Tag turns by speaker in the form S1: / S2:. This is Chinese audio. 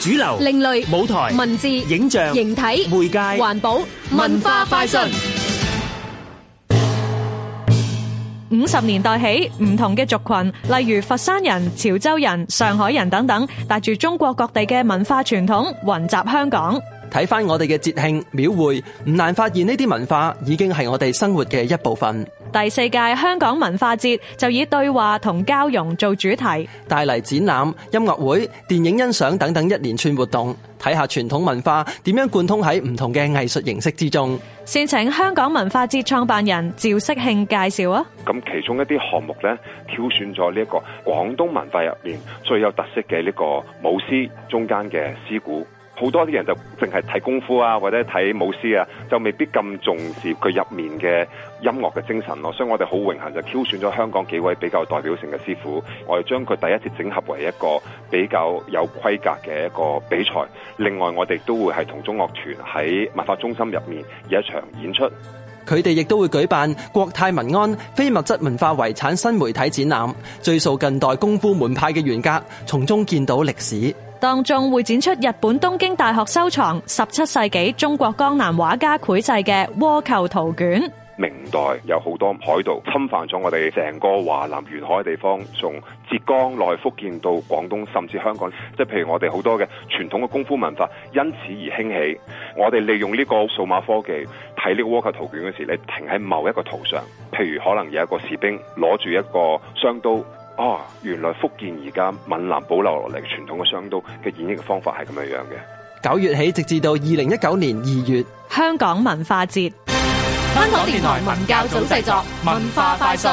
S1: 主流、
S2: 另類
S1: 舞台、
S2: 文字、
S1: 影像、
S2: 形體、
S1: 媒介、
S2: 環保、文化快訊。
S3: 五十年代起，唔同嘅族群，例如佛山人、潮州人、上海人等等，帶住中國各地嘅文化傳統，雲集香港。
S4: 睇翻我哋嘅節慶廟會，唔難發現呢啲文化已經係我哋生活嘅一部分，
S3: 第四屆香港文化節就以對話同交融做主題，
S4: 帶嚟展覽、音樂會、電影欣賞等等一連串活動，睇下傳統文化點樣貫通喺唔同嘅藝術形式之中。
S3: 先請香港文化節創辦人趙式慶介紹啊！
S5: 咁其中一啲項目咧，挑選咗呢一個廣東文化入面最有特色嘅呢個舞獅中間嘅獅鼓。好多啲人就淨係睇功夫啊，或者睇舞獅啊，就未必咁重視佢入面嘅音樂嘅精神咯。所以我哋好榮幸就挑選咗香港幾位比較代表性嘅師傅，我哋將佢第一次整合為一個比較有規格嘅一個比賽。另外，我哋都會係同中樂團喺文化中心入面有一場演出。
S4: 佢哋亦都會舉辦國泰民安非物質文化遺產新媒體展覽，追溯近代功夫門派嘅沿革，從中見到歷史。
S3: 當中會展出日本東京大學收藏十七世紀中國江南畫家繪製嘅倭寇圖卷。
S5: 明代有好多海盜侵犯咗我哋成個華南沿海地方，從浙江、內福建到廣東，甚至香港，即係譬如我哋好多嘅傳統嘅功夫文化，因此而興起。我哋利用呢個數碼科技睇呢個倭寇圖卷嘅時，你停喺某一個圖上，譬如可能有一個士兵攞住一個雙刀。哦，原來福建而家閩南保留落嚟嘅傳統嘅雙刀嘅演繹嘅方法係咁樣樣嘅。
S4: 九月起，直至到二零一九年二月。
S3: 香港文化節。
S2: 香港電台文教組製作，文化快訊。